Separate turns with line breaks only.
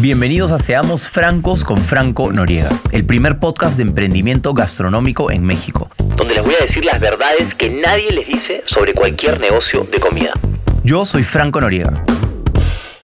Bienvenidos a Seamos Francos con Franco Noriega, el primer podcast de emprendimiento gastronómico en México, donde les voy a decir las verdades que nadie les dice sobre cualquier negocio de comida. Yo soy Franco Noriega